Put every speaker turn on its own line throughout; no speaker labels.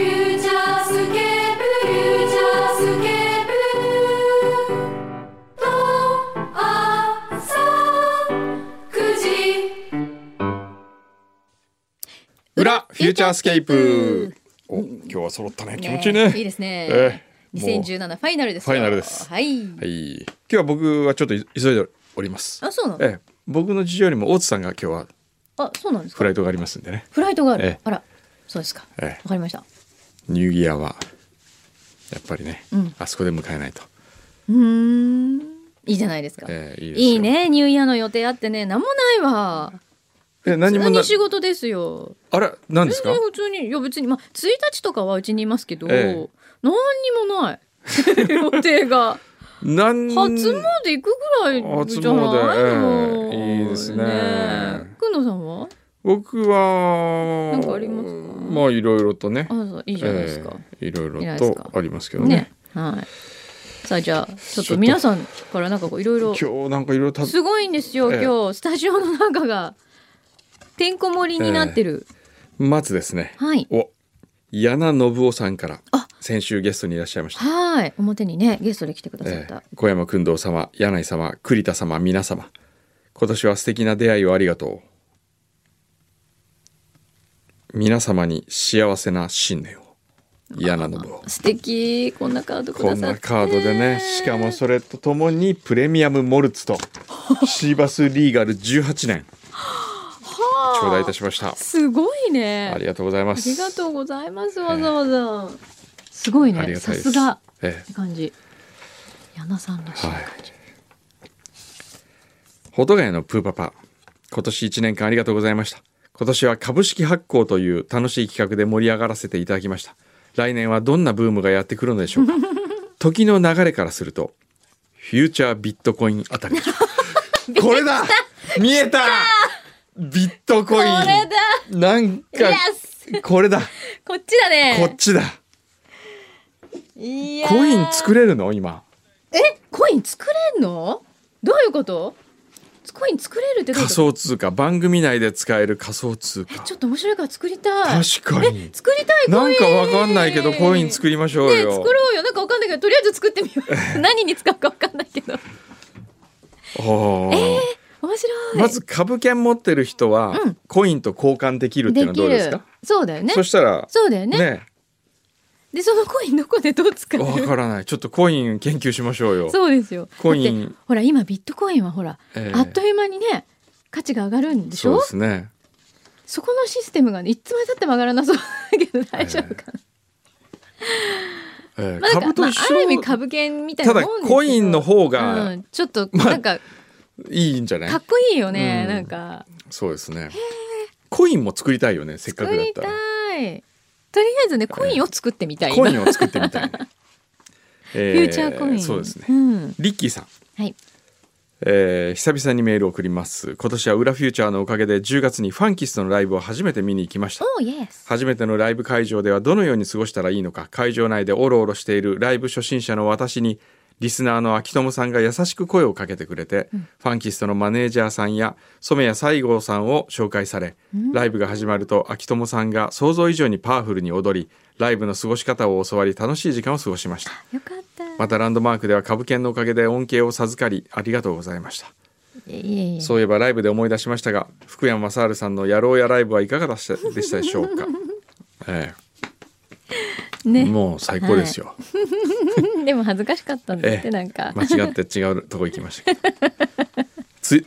ャースケープフューチャースケープと朝9時
裏フューチャースケープ。お、今日は揃ったね。気持ちいいね。
いいですね。
ええ
2017ファイナルですよ。
ファイナルです
はい。
はい。今日は僕はちょっと急いでおります。
あ、そうなの、
ええ、僕の事情よりも大津さんが今日は
あ、そうなんですか。
フライトがありますんでね。
フライトがある。
ええ
あら、そうですか。わ、
ええ
かりました。
ニューギアはやっぱりね、
うん
あそこで迎えないと。
うーん、いいじゃないですか。
ええいいですよ
いい。ね、ニューイヤーの予定あってね、なんもないわ。
え、何
普
も
通
な
に。仕事ですよ。
あれ、何です
全
か
然。普通に、いや別に、まあ、1日とかはうちにいますけど、
ええ
何にもない。 予定が。
何。
初詣行くぐらいじゃない
初
の、
詣ええいいですね
えくんのさんは
僕は。
なんかありますか
まあ、いろいろとね
あ。そういいじゃないですか。
ええいろい
いじゃな
ろ
いですか
とありますけどね。
ね。はい。さあじゃあちょっと皆さんからなんかこういろいろ
今日なんかいろいろ食べ
すごいんですよ
ええ
今日スタジオの中がてんこ盛りになってる。
まずですね。
はい
お、矢名信夫さんから
あ
先週ゲストにいらっしゃいました。
はい表にねゲストで来てくださっ
え
た。
ー小山君堂様、柳井様、栗田様、皆様。今年は素敵な出会いをありがとう。皆様に幸せな新年を。矢名信夫。
素敵こんなカードく
こ
だ
ん
さっ
な
て。
カードでね、しかもそれとともにプレミアムモルツ とシーバスリーガル18年
はあ
頂戴いたしました。
すごいね。
ありがとうございます。
ありがとうございますわざわざ。すごい
あり
ね
がた
さ
いです
がっ
え
て感じ。矢名さんらしい
ーは
感
い
じ。。
ホトガヤのプーパパ今年1年間ありがとうございました今年は株式発行という楽しい企画で盛り上がらせていただきました来年はどんなブームがやってくるので しょうか時の流れからするとフューチャービットコインあたりでしょ うこれだ見えたビットコイ
これ
ン
だ。
なんか
Yes
これだ
こっちだね。
こっちだ
いやー
コイン作れるの今
えコイン作れんのどういうことコイン作れるってどうい
仮
うこと
想通貨番組内で使える仮想通貨
ちょっと面白いから作りたい
確かに
作りたいコイン
なんかわかんないけどコイン作りましょう
ね
よ。
作ろうよなんかわかんないけどとりあえず作ってみよ う何に使うかわかんないけど
あー
面白い
まず株券持ってる人は
うん
コインと交換できるっていうのはどうですか？
そうだよね
そしたら
そうだよね
ね、
でそのコインどこでどう使え
わ
る
からない。ちょっとコイン研究しましょうよ。
そうですよ
コイン
だってほら今ビットコインはほら、
ええ
あっという間にね価値が上がるんでし
そう
ょ
で
そ
すね。
このシステムがねいつまでたっても上がらなそうだけど大丈夫かな、
えー
まあ、なん
株
か、ま
と
あ
一、
ある意味
緒
株券みたいなもんですけど
ただコインの方が
うんちょっと
まあ
なんか、
いいんじゃない
か？っこいいよね、
うん
なんか
そうですね。コインも作りたいよね。せっか
作
くだっ
り
た
た
ら。
いとりあえずねコインを作ってみたい、
コイ
今
ンを作ってみたい ね。フ
フューチャーコイン、
そうですね。
ん
リッキーさん。
はい
えー久々にメールを送ります今年は裏フューチャーのおかげで10月にファンキストのライブを初めて見に行きました
おーイエス
初めてのライブ会場ではどのように過ごしたらいいのか会場内でおろおろしているライブ初心者の私にリスナーの秋友さんが優しく声をかけてくれて、ファンキストのマネージャーさんや染谷西郷さんを紹介され、ライブが始まると秋友さんが想像以上にパワフルに踊りライブの過ごし方を教わり楽しい時間を過ごしました
よかった、
またランドマークでは株券のおかげで恩恵を授かりありがとうございました
いえいえいえ
そういえばライブで思い出しましたが福山雅治さんの「野郎やライブ」はいかがでしたでしたでしょ うか、ええ、
ね
もう最高ですよ、
でも恥ずかしかったんだっ
え
て
え
なんか
間違って違うとこ行きましたけど つ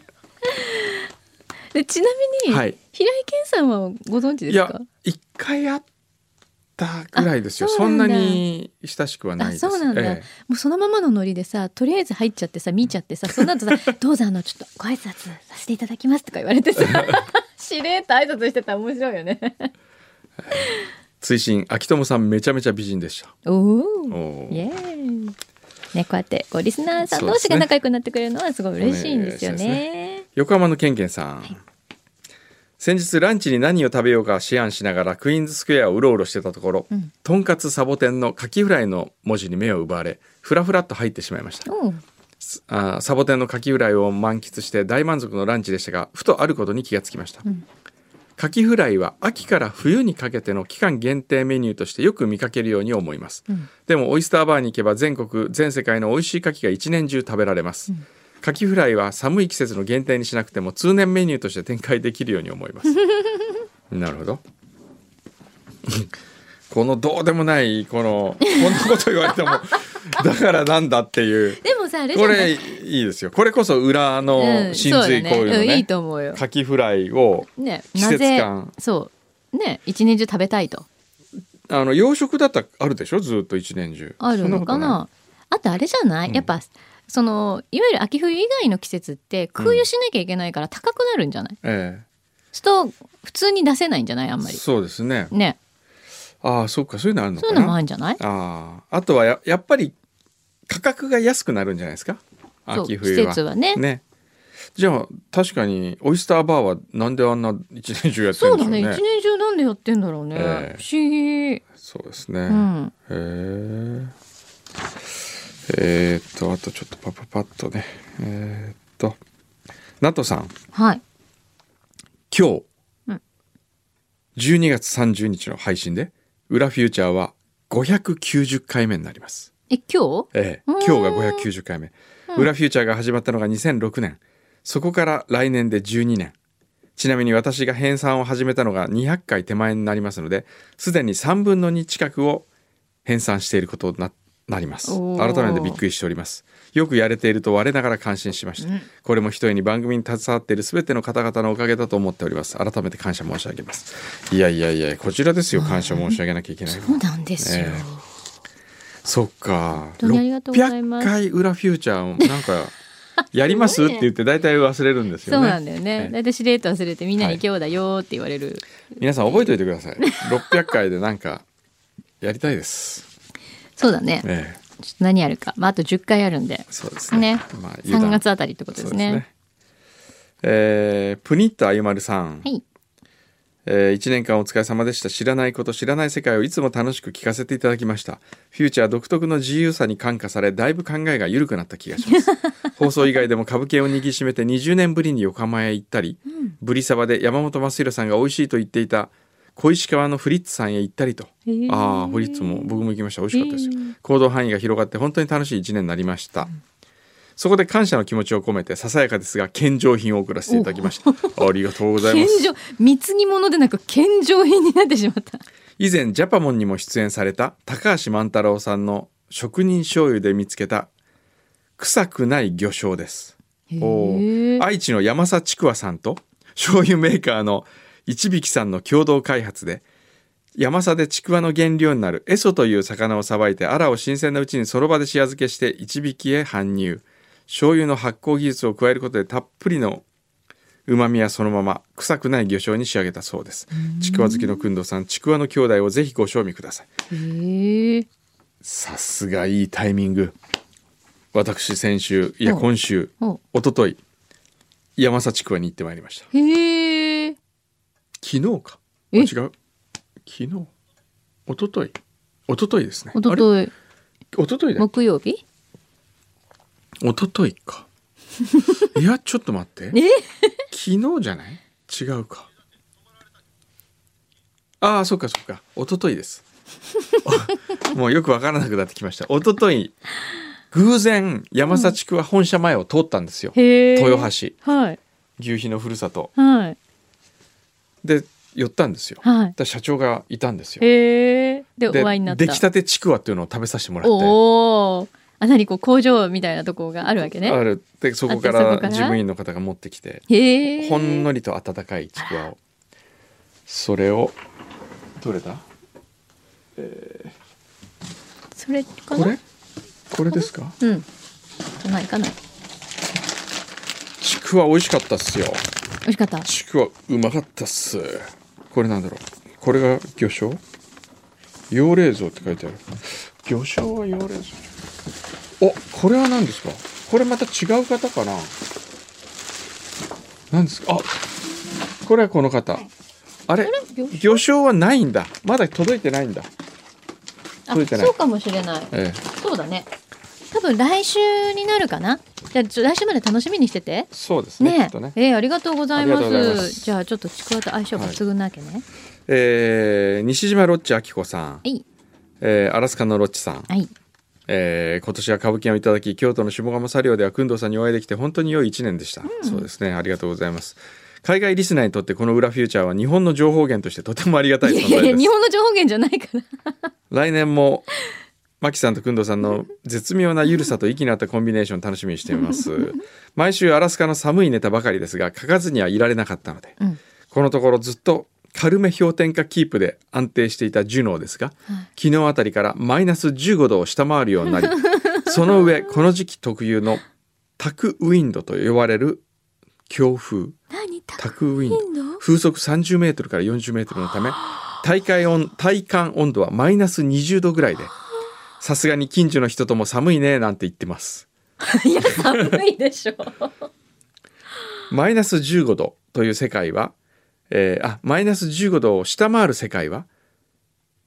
でちなみに、
はい
平井堅さんはご存知で
い
す
や
か
一回あったぐらいですよ
あ
そ
そうんな
なん
だ
に親しくはない
あ
です
そうなんだ、
え
もうそのままのノリでさとりあえず入っちゃってさ見ちゃってさその後さ 「どうぞあのちょっとご挨拶させていただきます」とか言われてさしれっと挨拶してたら面白いよね。
え追伸秋友さんめちゃめちゃ美人でした
おお
おー
イエーイねこうやってこうリスナーさん
そう
同
ですね
士が仲良くなってくれるのはすごい嬉しいんですよね。
横浜のケンケンさん、先日ランチに何を食べようか思案しながらクイーンズスクエアをうろうろしてたところ、
ん
とんかつサボテンのカキフライの文字に目を奪われフラフラっと入ってしまいました
おう
すあーサボテンのカキフライを満喫して大満足のランチでしたがふとあることに気がつきました、カキフライは秋から冬にかけての期間限定メニューとしてよく見かけるように思います、
うん
でもオイスターバーに行けば全国全世界の美味しいカキが一年中食べられます、カキフライは寒い季節の限定にしなくても通年メニューとして展開できるように思います なるほど このどうでもないこのこんなこと言われても だからなんだっていう
でもさあれじ
こ
ゃない
れいいですよこれこそ裏
う
の
ん
真髄こういうの
そだんい
ね
いと思うよ
カキフライを
ね
季節感
なぜそうね一年中食べたいと
あの養殖だったらあるでしょずっと一年中
あるのかなあとあれじゃない、
うん
やっぱそのいわゆる秋冬以外の季節って空輸しなきゃいけないから高くなるんじゃない、
そんなことないえ
そうすると普通に出せないんじゃないあん
え
まり
そうですね
ね
ああそうかそういうのあるのか
そう
な
いうのもあるんじゃない
あああとはややっぱり価格が安くなるんじゃないですか
そう
秋
季
冬は
節はね
ねじゃあ確かにオイスターバーはなんであんな一年中やって
そ
る
うん
で
だ
しょうね
ね一年中なんでやってんだろうね、
ええ
不思議
そうですね、
うん
へええーっとあとちょっとパパパッとねえーっとナトさん
はい
今日、
うん
12月30日の配信で「裏フューチャー」は590回目になります。
え今日
ええ、
うー
今
ん
日が590回目「裏フューチャー」が始まったのが2006年そこから来年で12年ちなみに私が編纂を始めたのが200回手前になりますのですでに3分の2近くを編纂していることにななります
お
改
ー
めてびっくりしておりますよくやれていると我ながら感心しました、
うん
これも一重に番組に携わっている全ての方々のおかげだと思っております改めて感謝申し上げますいやいやいやこちらですよ感謝申し上げなきゃいけないのは
そうなんですよ、
ええそっか。
当にありがとうございます
600回裏フューチャーをなんかやります
すごいね
って言って大体忘れるんです
そ
よ
う
ね。
なんだよ
え
ね
え
だいたいしれっと忘れてみんな
は
に
い
今日だよーって言われる、
皆さん覚えておいてください。600回でなんかやりたいです。
そうだね、
ええ、
ちょっと何やるか、まあ、あと10回あるんで
そうですね。
ね
まあ油
3
断
月あたりってことですね。
えープニットあゆまるさん、
はい
え1年間お疲れ様でした知らないこと知らない世界をいつも楽しく聞かせていただきましたフューチャー独特の自由さに感化されだいぶ考えが緩くなった気がします 放送以外でも株券を握りしめて20年ぶりに横浜へ行ったり、ブリサバで山本昌弘さんが美味しいと言っていた小石川のフリッツさんへ行ったりと
へー
ああフリッツも僕も行きました美味しかったですよ
へー
行動範囲が広がって本当に楽しい1年になりました、そこで感謝の気持ちを込めてささやかですが献上品を送らせていただきましたありがとうございま
献
す
上貢ぎ物でなく献上品になってしまった
以前ジャパモンにも出演された高橋万太郎さんの職人醤油で見つけた臭くない魚醤です
へ
お
ー
ー愛知の山佐ちくわさんと醤油メーカーの一匹さんの共同開発で山佐でちくわの原料になるエソという魚をさばいてアラを新鮮なうちにその場で塩漬けして一匹へ搬入醤油の発酵技術を加えることでたっぷりの旨味はそのまま臭くない魚醤に仕上げたそうですちくわ好きのくんどうさんちくわの兄弟をぜひご賞味ください
へー
さすがいいタイミング私先週いや
うん
今週
お
一昨日山佐ちくわに行ってまいりました
へえ
昨日かあ
え
違う昨日一昨日一昨日ですね
おと
あれ
とい
一昨日だよ
木曜日
一昨日かいやちょっと待って昨日じゃない違うかああそっかそっか一昨日ですあもうよくわからなくなってきました一昨日偶然山佐地区は本社前を通ったんですよ、
へー
豊橋
はい
牛皮のふるさと
はい
で寄ったんですよ、
はい
だから社長がいたんですよ
へえで
で
お会いになった
出来たてちくわっていうのを食べさせてもらって
おおあ何こう工場みたいなとこがあるわけ
あ
ね
るでそこか
あそ
ら
こから
事務員の方が持ってきて
へえ
ほんのりと温かいちくわをそれをどれだ
それかな
これこれですか
うんじゃないかな
ちくわ美味しかったっすよ
美味しかった
ちくわうまかったっすこれなんだろうこれが魚醤養冷蔵って書いてある魚醤は養冷蔵おこれは何ですかこれまた違う方かな何ですかあこれはこの方あれ
魚
魚醤はないんだまだ届いてないんだ
あ
届いてない
そうかもしれない
ええ
そうだね多分来週になるかなじゃあちょ来週まで楽しみにしてて。
そうですね。き
ね
っとね。
えーありがとうございま。
ありがとうございますす
じゃあちょっとちくわと相性抜群なわけね。
えー西島ロッチあきこさん
は、い
えーアラスカのロッチさん、
はい。
えー今年は歌舞伎をいただき京都の下鴨茶寮では工藤さんにお会いできて本当に良い1年でした、そうですねありがとうございます海外リスナーにとってこの「裏フューチャー」は日本の情報源としてとてもありがたい
い
存
やいや
在
い
で
や
す
日本の情報源じゃな いから。
来年もマキさんと工藤さんの絶妙なゆるさと息の合ったコンビネーション楽しみにしています毎週アラスカの寒いネタばかりですが書かずにはいられなかったので、
うん
このところずっと軽め氷点下キープで安定していたジュノーですが、昨日あたりからマイナス15度を下回るよう になりその上この時期特有のタクウィンドと呼ばれる強風
何た
タクウィンド
いの
風速30メートルから40メートルのため体感温体感温度はマイナス20度ぐらいでさすがに近所の人とも寒いねなんて言ってます
いや寒いでしょ。
マイナス15度という世界は、えーあマイナス15度を下回る世界は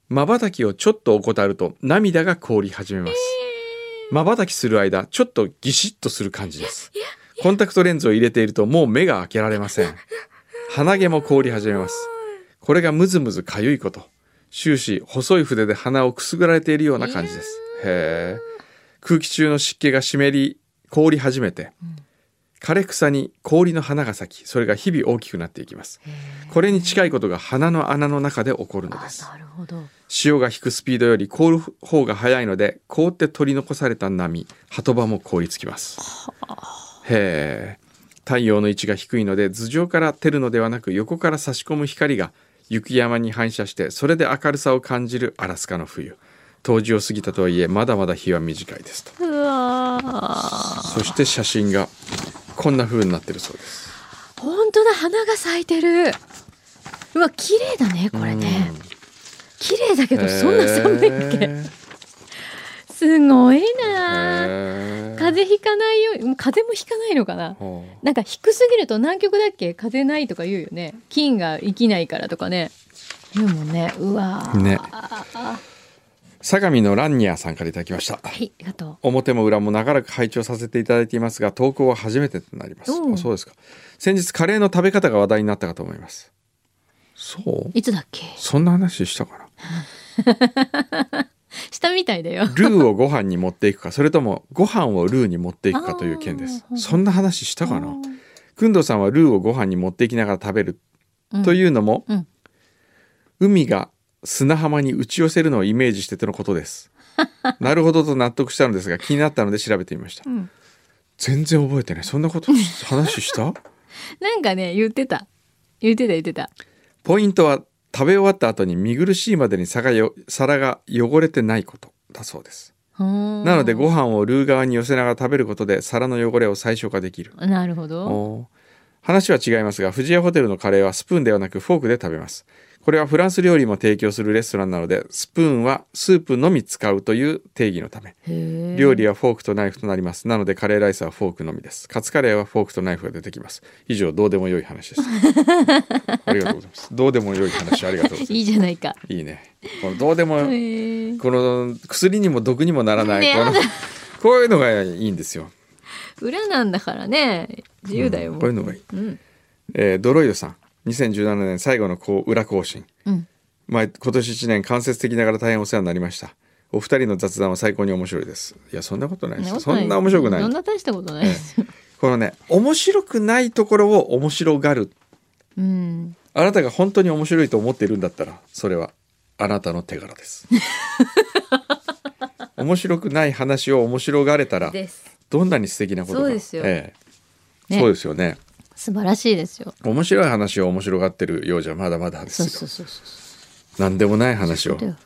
まばたきをちょっと怠ると涙が凍り始めますまばたきする間ちょっとギシッとする感じですコンタクトレンズを入れているともう目が開けられません鼻毛も凍り始めますこれがムズムズかゆいこと終始細い筆で鼻をくすぐられているような感じですへえ空気中の湿気が湿り凍り始めて、枯れ草に氷の花が咲きそれが日々大きくなっていきますこれに近いことが花の穴の中で起こるの
あ
です
なるほど。
潮が引くスピードより凍る方が速いので凍って取り残された波鳩場も凍りつきますへえ太陽の位置が低いので頭上から照るのではなく横から差し込む光が雪山に反射してそれで明るさを感じるアラスカの冬冬至を過ぎたとはいえまだまだ日は短いですと
うわ
そして写真がこんな風になってるそうです
本当だ花が咲いてる。うわ綺麗だねこれね
うん。
綺麗だけどそんな寒いっけ。
へ
すごいなあ。
ー
風邪ひかないようにもう風邪もひかないのかな。
ほう
なんか低すぎると南極だっけ風ないとか言うよね金が生きないからとかね言うもんねうわー
ね
あーあ
相模のランニアさんからいただきました
ーはいありがと
表も裏も長らく拝聴させていただいていますが投稿は初めてとなります
うん
あそうですか先日カレーの食べ方が話題になったかと思いますそう
ういつだっけ
そんな話したかな
したみたいだよ
ルーをご飯に持っていくかそれともご飯をルーに持っていくかという件です
あー
そんな話したか
あ
な
ー
くんどさんはルーをご飯に持っていきながら食べる
うん
というのも、
うん
海が砂浜に打ち寄せるのをイメージしてとのことです なるほどと納得したのですが気になったので調べてみました、
ん
全然覚えてないそんなことし話 した
なんかね言ってた言ってた言ってた
ポイントは食べ終わった後に見苦しいまでに皿がよ皿が汚れてないことだそうですな
な
のでご飯をルー側に寄せながら食べることで皿の汚れを最小化できる
なるほど
おー話は違いますが富士屋ホテルのカレーはスプーンではなくフォークで食べますこれはフランス料理も提供するレストランなのでスプーンはスープのみ使うという定義のため料
料
理はフォークとナイフとなりますなのでカレーライスはフォークのみですカツカレーはフォークとナイフが出てきます以上どうでもよい話です ありがとうございますどうでもよい話ありがとうございます
いいじゃないか
いいねこのどうでも、
へえ
この薬にも毒にもならない、
ね
このこういうのがいいんですよ
裏なんだからね自由だよ、
うん
も
こういうのがいい、
うん
えードロイドさん2017年最後のこう裏更新、
うん
前今年1年間接的ながら大変お世話になりましたお二人の雑談は最高に面白いですいやそんなことないですそんな面白くない
そんな大したことないですよ、
このね面白くないところを面白がる
うん
あなたが本当に面白いと思っているんだったらそれはあなたの手柄です 面白くない話を面白がれたら
です
どんなに素敵なことか
そうですよ
ええ
ね
そうですよね
素晴らしいですよ
面白い話を面白がってるようじゃまだまだです
そ
よ
うそうそうそう
何でもない話を
そうだよ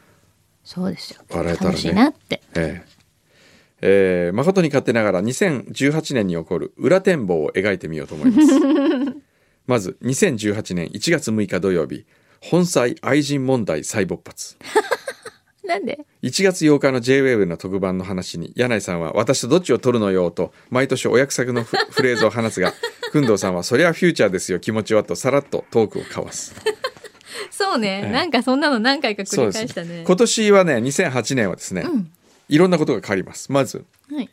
そうですよ
笑えたらね
楽しいなって
えええー誠に勝手ながら2018年に起こる裏展望を描いてみようと思います まず2018年1月6日土曜日本妻愛人問題再勃発
なんで
1月8日の JWAVE の特番の話に柳井さんは「私とどっちを取るのよ」と毎年お約束のフフレーズを放 つが工藤さんは「そりゃフューチャーですよ気持ちは」とさらっとトークを交わす
そうね、
ええ
なんかそんなの何回か
そ
繰
う
り
で
返し
す
たね
今年はね2008年はですね、
うん
いろんなことが変わりますまず
はい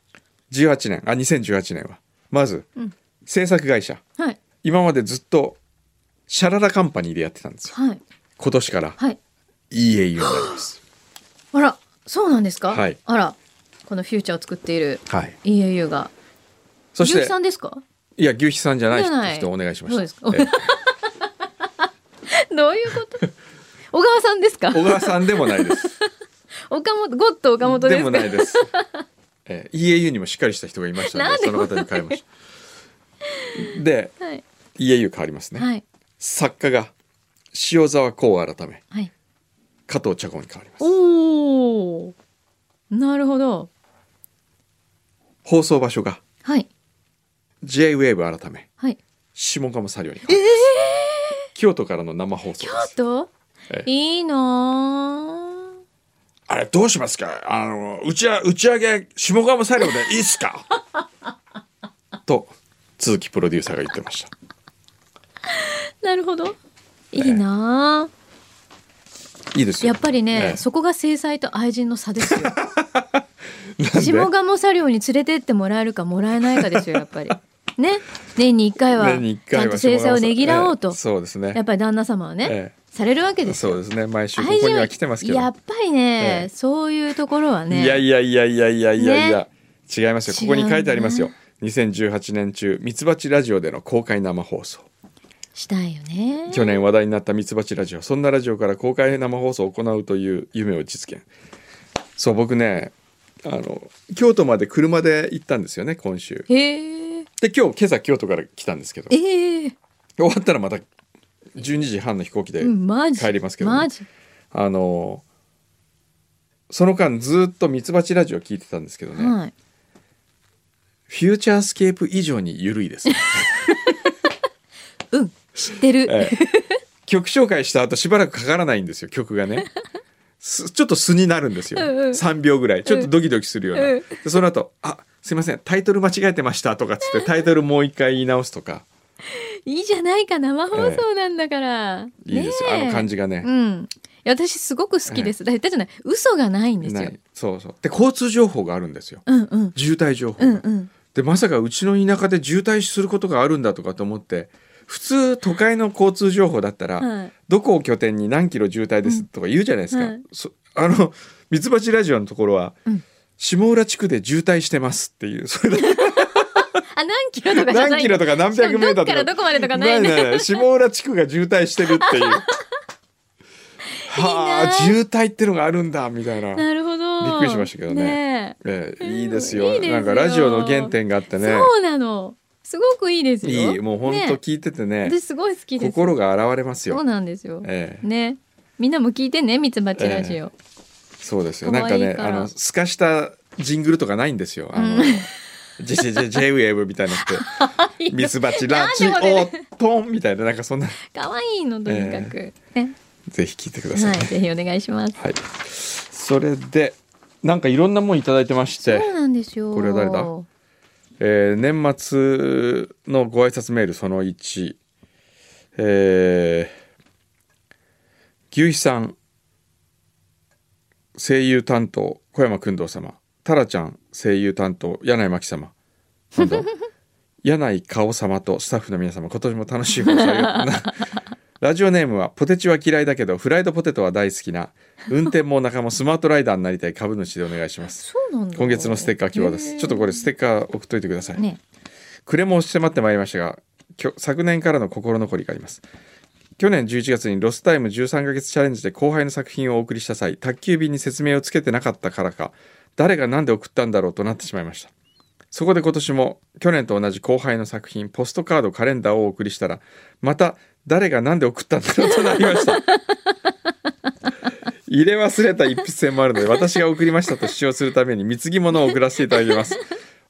18年あ2018年はまず、
うん
制作会社
はい
今までずっとシャララカンパニーでやってたんですよ
はい
今年から
はい
EAU になります
あらそうなんですか、
はい
あらこのフューチャーを作っている
はい。
EAU が
そして
牛さんですか
いや牛肥さんじゃない
じゃない
人お願いしました。
そう
え
ですか どういうこと小川さんですか
え小川さんでもないです。
岡本ゴッド岡 本で
ですも
か
ないです。 ええ EAU にもしっかりした人がいました
な
の
ん
で
で
その方に変えました。で
はい
EAU 変わりますね。
はい
作家が塩沢光改め
はい
加藤茶子に変わります。
おおなるほど
放送場所が
はい
JWAVE 改め
はい
下鴨サリオに変わります。京都からの生放送で
京
す。
都
ええ
いいな
あれどうしますかあの打ちあ打ち上げ下鴨作業でいいっすか と鈴木プロデューサーが言ってました
あなるほどいいなあ、
いいですよ
やっぱりね、
ええ
そこが制裁と愛人の 差ですよ
なんで
下鴨車両に連れてってもらえるかもらえないかですよや っぱりね年に一回は
年に一
ちゃ
回
ん
は
と制裁をねぎらおうと、
ええそうですね
やっぱり旦那様はね、
え
されるわけです
そう
よ
ですね毎週こ
愛
こに
情
は来てますけど、
やっぱりね、
ええ
そういうところはね
いやいやいやいやいやいやいや、違いますよここに書いてあります
違
よ2018年中ミツバチラジオでの公開生放送
したいよね
去年話題になったミツバチラジオそんなラジオから公開生放送を行うという夢を実現そう僕ねあの京都まで車で行ったんですよね今週
へえ
で今日今朝京都から来たんですけど
ええ
終わったらまた12時半の飛行機で、
うんマジ
帰りますけどね
マジ
あのその間ずっとミツバチラジオ聞いてたんですけどね、
はい
フューチャースケープ以上に緩いです、ね
うん知ってる、
え え曲紹介した後しばらくかからないんですよ曲がねすちょっと素になるんですよ、
うんうん
3秒ぐらいちょっとドキドキするような、
うん
でその後あすいませんタイトル間違えてました」とかっつってタイトルもう一回言い直すとか
いいじゃないか生放送なんだから、
いいですよ、
ねえ
あの感じがね
う、んいや私すごく好きです、だから言ったじゃない嘘がないんです
な
よ
いそうそうで交通情報があるんですよ
うんうん
渋滞情報が、
うんうん
でまさかうちの田舎で渋滞することがあるんだとかと思って普通都会の交通情報だったら、
はい
どこを拠点に何キロ渋滞ですとか言うじゃないですか、
うんはい
そあのミツバチラジオのところは、
うん
下浦地区で渋滞してますっていうそ れだけ
あ何キロとかじゃない
何キロとか何百メーターとか
どっからどこまでとかないね
ないない 下浦地区が渋滞してるっていう はあ渋滞ってのがあるんだみたいな。
なるほど
びっくりしましたけどね
ね
ええ
うん
いいですよ
いいですよ
なんかラジオの原点があって
え
ね
そうなのすごくいいですよ
いいもうほんと聞いててね
ね、私すごい好きです
心が現れますよ
そうなんですよ、
ええ
ねみんなも聞いてねミツバチラジオ、
そうですよ
可
なんか
愛い
ね
から
あの透かしたジングルとかないんですよあの、
うん
ジェジェジェ J-Wave みたいな って
い
ミツバチラジ
なんでも
オトンみたいななんかそんな
可愛いのとにかく、ね
ぜひ聞いてください、
は
ね
いぜひお願いします
はい、それでなんかいろんなもんいただいてまし
そう
て、
なんですよ
これは誰だえー年末のご挨拶メールその1えー、牛肥さん声優担当小山君堂様タラちゃん声優担当柳井真紀様など 柳井顔様とスタッフの皆様今年も楽しい放送をな ラジオネームはポテチは嫌いだけどフライドポテトは大好きな運転も仲もスマートライダーになりたい株主でお願いします
そうなんだ
今月のステッカー希望ですちょっとこれステッカー送っといてください、
ね
暮れも迫ってまいりましたがきょ昨年からの心残りがあります去年11月にロスタイム13ヶ月チャレンジで後輩の作品をお送りした際宅急便に説明をつけてなかったからか誰が何で送ったんだろうとなってしまいましたそこで今年も去年と同じ後輩の作品ポストカードカレンダーをお送りしたらまた誰が何で送ったんだろうとなりました入れ忘れた一筆箋もあるので私が送りましたと主張するために貢ぎ物を送らせていただきます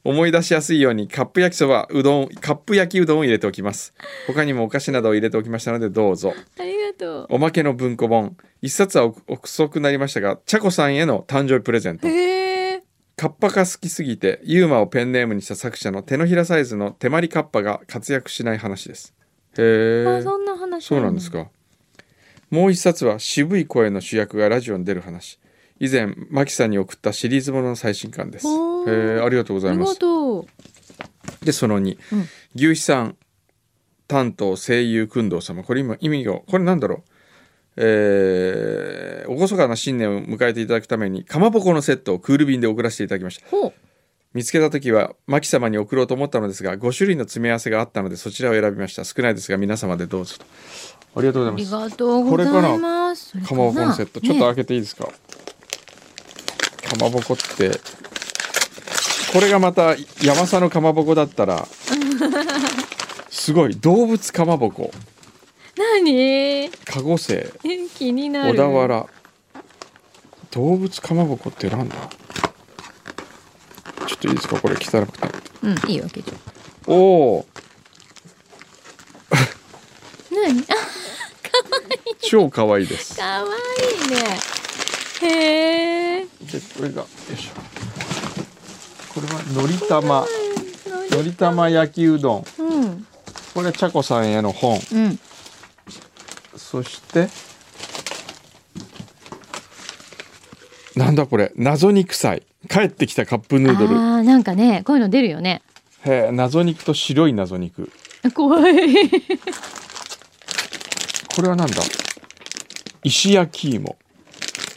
思い出しやすいようにカップ焼きそばうどんカップ焼きうどんを入れておきます他にもお菓子などを入れておきましたのでどうぞ
ありがと
おまけの文庫本一冊は憶測になりましたが茶子さんへの誕生日プレゼント
うへえ
カッパが好きすぎてユーマをペンネームにした作者の手のひらサイズの手まりカッパが活躍しない話ですへ
あ
え
そんな話あるの
そうなんですかもう一冊は渋い声の主役がラジオに出る話以前マキさんに送ったシリーズものの最新刊ですへ
おー
えありがとうございま
見
す
事
でその2、
うん
牛肥さん担当声優工藤様これ今意味をこれなんだろうえー、厳かな新年を迎えていただくためにかまぼこのセットをクール便で送らせていただきました
ほう
見つけた時はマキ様に送ろうと思ったのですが5種類の詰め合わせがあったのでそちらを選びました少ないですが皆様でどうぞとありがとう
あ
ござい
り
ま
がとうございますそれ
す
か
か
な
まぼこのセットちょっと開
ね
けていいですか、かまぼこってこれがまた山さのかまぼこだったらすごい動物かまぼこ
何え
かごせい
気にな
小
る
田原動物かまぼこってなんだちょっといいですかこれ汚くて
うんいいよ開けちゃ
おお
う何 あ
超可愛いです。
可愛いねへえ
でこれがよいしょ。これはのり玉のり玉焼きうどん。
うん
これはちゃこさんへの本。
うん
そしてなんだこれ謎肉祭帰ってきたカップヌードル。
あーなんかねこういうの出るよね
へえ謎肉と白い謎肉。
怖い
これはなんだ石焼き芋。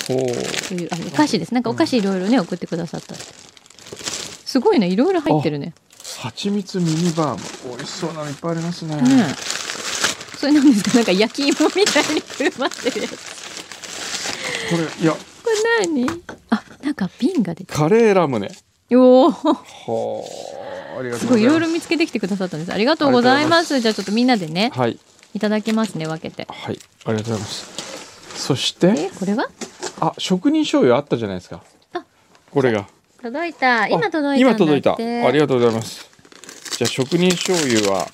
ほう。
そういうあお菓子ですなんかお菓子いろいろね送ってくださったってすごいねいろいろ入ってるね
蜂蜜ミニバーム。美味しそうなのいっぱいありますね。
ねえそれなんですかなんか焼き芋みたいにくるまってるやつ
これいや
これ何あなんか瓶が出て
カレーラムネ。
るおー
はあ、ありがと
す
うご
ご
ざ
い
い
い
ます。
ろいろ見つけてきてくださったんですありがとうございますじゃあちょっとみんなでね
はい、
いただけますね分けて
はい、ありがとうございます。そし
え
て、
これは
あ、職人醤油あったじゃないですか
あ。
これが。
届いた今
あ
届いたんだって
今届いた。ありがとうございます。じゃあ職人醤油は、ち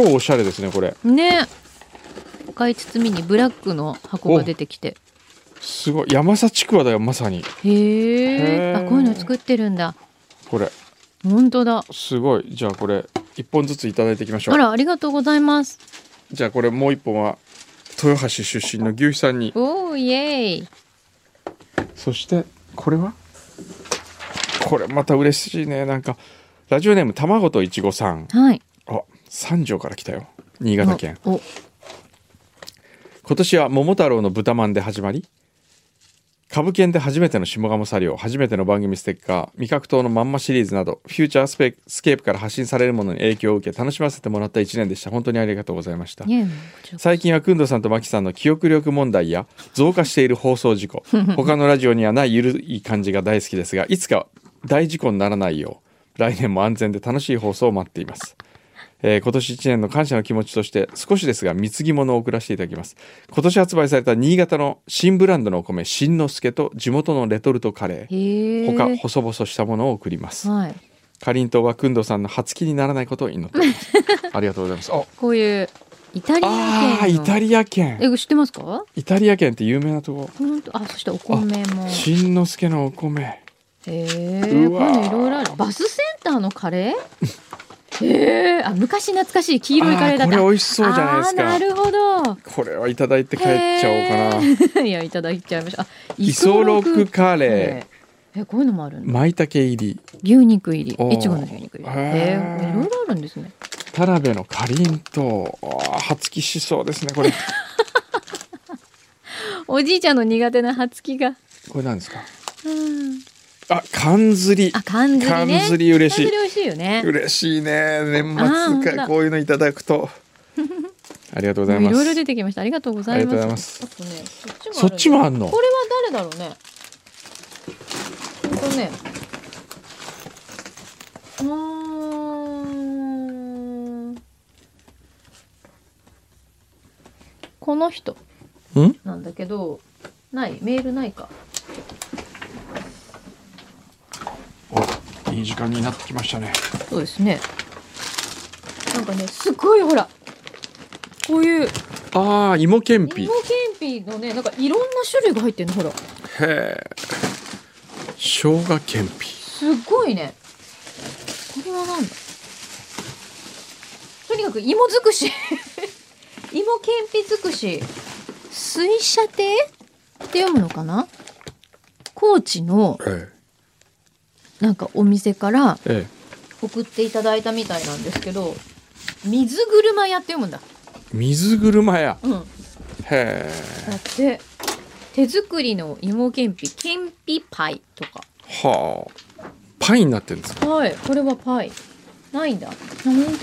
ょっと超おしゃれですね、これ。
ね赤い包みにブラックの箱が出てきて
すごい。山さちくわだよ、まさに。
へ
へ
え
ー
あこういうの作ってるんだ
これ。
本当だ
すごい。じゃあこれ、一本ずついただいていきましょ
あ
う。
らありがとうございます
じゃあこれもう一本は、豊橋出身の牛肥さんに。
おーイエーイ
そしてこれはこれまた嬉しいねなんかラジオネーム卵といちごさん
はい
あ三条から来たよ新潟県
おお
今年は桃太郎の豚まんで始まり株券で初めての下鴨サリオ初めての番組ステッカー味覚糖のまんまシリーズなどフューチャースペスケープから発信されるものに影響を受け楽しませてもらった1年でした本当にありがとうございました
イエーイこちら
最近はくんどさんとまきさんの記憶力問題や増加している放送事 故他のラジオにはないゆるい感じが大好きですがいつか大事故にならないよう来年も安全で楽しい放送を待っています、えー今年1年の感謝の気持ちとして少しですが貢ぎ物を送らせていただきます今年発売された新潟の新ブランドのお米新之助と地元のレトルトカレー
へえ
他細々したものを送ります
はい
かりんとうはくんどさんの初期にならないことを祈っています ありがとうございますあ
こういうイタリ
あ
ア
ー
系
イ
の
タリア圏
え知ってますか
イタリア圏って有名なとこ
本当あそしてお米もへ
新之助のお米
えこういう
うわー
のいろいろあるバスセンターのカレーへえあ昔懐かしい黄色いカレーだ
あ
っ
こ
た
れ美味しそうじゃないです
あーな
か
るほど
これはいただいて帰っちゃおうかな
かな。いや、いただいちゃいました。あ、
イソロクカレ
ー。え、こういうのもある
ー
の。
舞茸入り
牛肉入
お
り、
ー
いちごの牛肉入り。
へー
えー、いろいろあるんですね。
田辺のかりんとうあー初期しそうですね これ
おじいちゃんの苦手な初期が。
これなんですか
うん
あ缶ずり
あ、缶ずりね。
缶ずり嬉しい
缶ずり美味しいよね。
嬉しいね年
あー本当
末か
だ
こういうのいただく とありがとうござい
も
ま
ういろいろ
す
出てきました。ありがとうござい
ありがとうござい
ま。
ますす
あとね、そ
そ
っ
っち
ちも
も
あ
あ
る
ん
の。
の
これは誰だろうね。これね。うーん。この人。
ん
なんだけどないメールないか
おいい時間になってきましたね
そうですねなんかねすごいほらこういう
あー芋けん
芋
ぴ
け
へ
んぴのねなんかいろんな種類が入ってるのほら
え生姜けんぴ
すごいねこれはなんだとにかく芋尽 くし芋けんぴ尽くし水車亭って読むのかな高知の
え
なんかお店から
ええ
送っていただいたみたいなんですけど水車屋って読むんだ
え、水車や
うん
へ
だって手作りの芋けんぴけんぴパイとか
えはあパイになってるんですか
はいこれはパイないんだあ本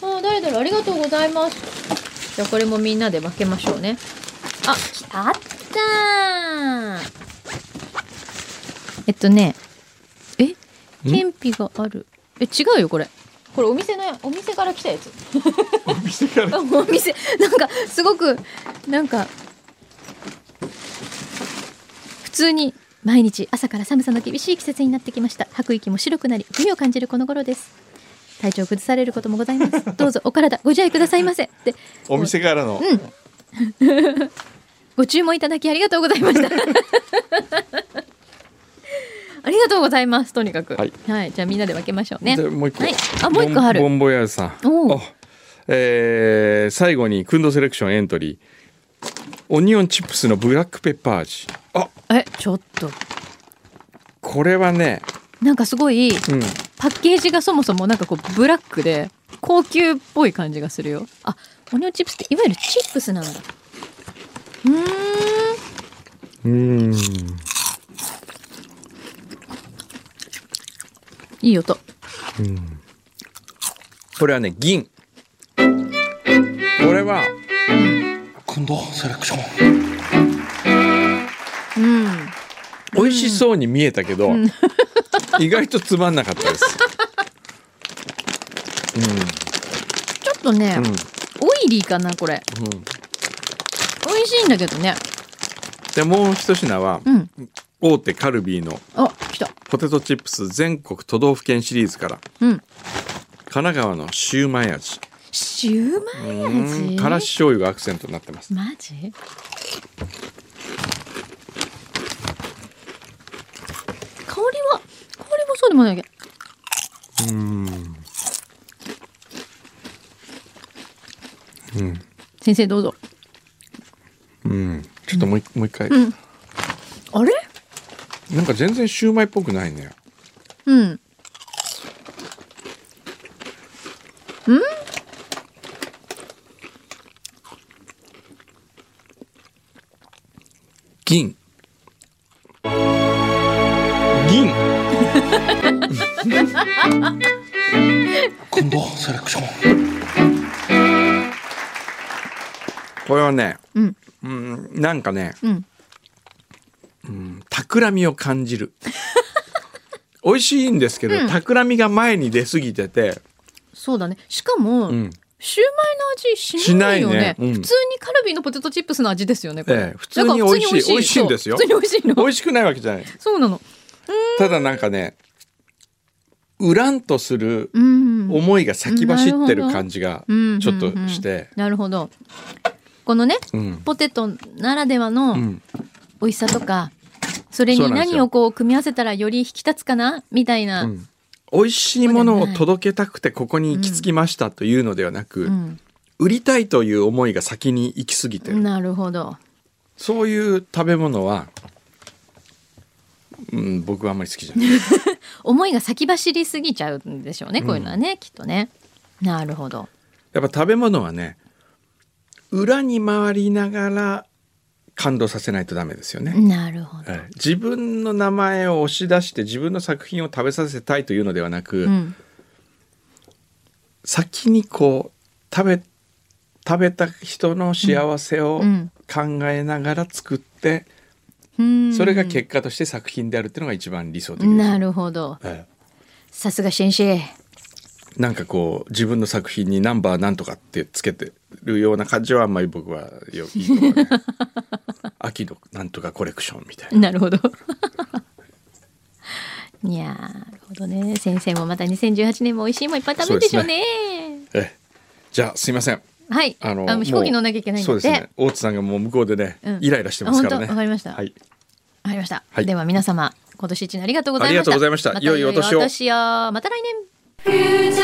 当あ誰だろうありがとうございますじゃあこれもみんなで分けましょうねあきあったーえっとねえけんぴがあるえ違うよこれこれお店のやお店から来たやつ
お店か
あお店なんかすごくなんか普通に毎日朝から寒さの厳しい季節になってきました吐く息も白くなり冬を感じるこの頃です体調を崩されることもござい ますどうぞお体ご自愛くださいませって
お店からの、
ご注文いただきありがとうござい ましたありがとうございますとにかく
はい、
じゃあみんなで分けましょうね
でもう一個、
はいあもう一個ある
ボンボンボヤーズさん
おう
あえー最後にクンドセレクションエントリーオニオンチップスのブラックペッパー味あ
えちょっと
これはね、
なんかすごい
うん、
パッケージがそもそもなんかこうブラックで高級っぽい感じがするよあオニオンチップスっていわゆるチップスなんだうーん
うーん
いい音
これはね銀これは
今度セレクション
うん
美味しそうに見えたけど、意外とつまんなかったです、
ちょっとね、
うん
オイリーかなこれ
うん、
美味しいんだけどね
でもう一品は、
うん
大手カルビーの
あ来た
ポテトチップス全国都道府県シリーズから
うん
神奈川のシューマイ味
シューマイ
うん
味
からし醤油がアクセントになってます
マジ香りは香りもそうでもないけど先生どうぞ
うんちょっともう一もう一回、
あれ
なんか全然シューマイっぽくないね
うん
銀銀
今度セレクション
これはね
うん
うんなんかね
うん
企みを感じる美味しいんですけど、
うん
企みが前に出過ぎてて
そうだねしかも、
うん
シューマイの味しないよね
しないねうん
普通にカルビーのポテトチップスの味ですよねこれ、
ええ普通に美味しい
だから普通に
美味しいんですよ
そう普通に美味しいの
美味しくないわけじゃない
そうなの
ただなんかねうらんとする
うん
思いが先走ってる感じが
うん
ちょっとして
なるほどこのね
うん
ポテトならでは
う
の
ん
美味しさとか、それ
そう
に
なんですよ
何をこう組み合わせたらより引き立つかなみたいな、
うん美味しいものを届けたくてここに行き着きましたというのではなく、
うん
売りたいという思いが先に行き過ぎてる、
なるほど
そういう食べ物は、うん、僕はあんまり好きじゃない
思いが先走りすぎちゃうんでしょうねこういうのはね、きっとねなるほど
やっぱ食べ物はね裏に回りながら感動させないとダメですよね、
なるほど、
はい自分の名前を押し出して自分の作品を食べさせたいというのではなく、
うん
先にこう食べ食べた人の幸せを
うん
考えながら作って、
うん、
それが結果として作品であるっていうのが一番理想的です
なるほど
え
さすが先生
えなんかこう自分の作品にナンバーなんとかってつけてるような感じはあんまり僕はよいいと思うね秋のなんとかコレクションみたいな。
なるほど いやーなるほどね先生もまた2018年も美味しいもんいっぱい食べるでしょうね
ええじゃあすいません。
はいあ
あの
の飛行機乗んなきゃいけないんで
そうですね。大津さんがもう向こうでね、
うん
イライラしてますからね。
あ本当わかりました
はい。
わかりました、
はい
では皆様今年一年ありがとうござ
あ
いました
りがとうございました
また
良いお年を
良いお年をまた来年
フューチャ